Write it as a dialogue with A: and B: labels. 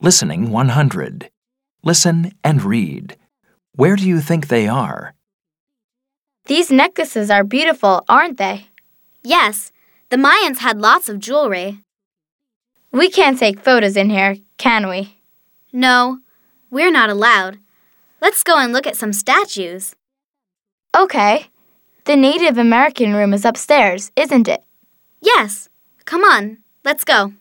A: Listening 100. Listen and read. Where do you think they are?
B: These necklaces are beautiful, aren't they?
C: Yes, the Mayans had lots of jewelry.
B: We can't take photos in here, can we?
C: No, we're not allowed. Let's go and look at some statues.
B: Okay. The Native American room is upstairs, isn't it?
C: Yes, come on, let's go.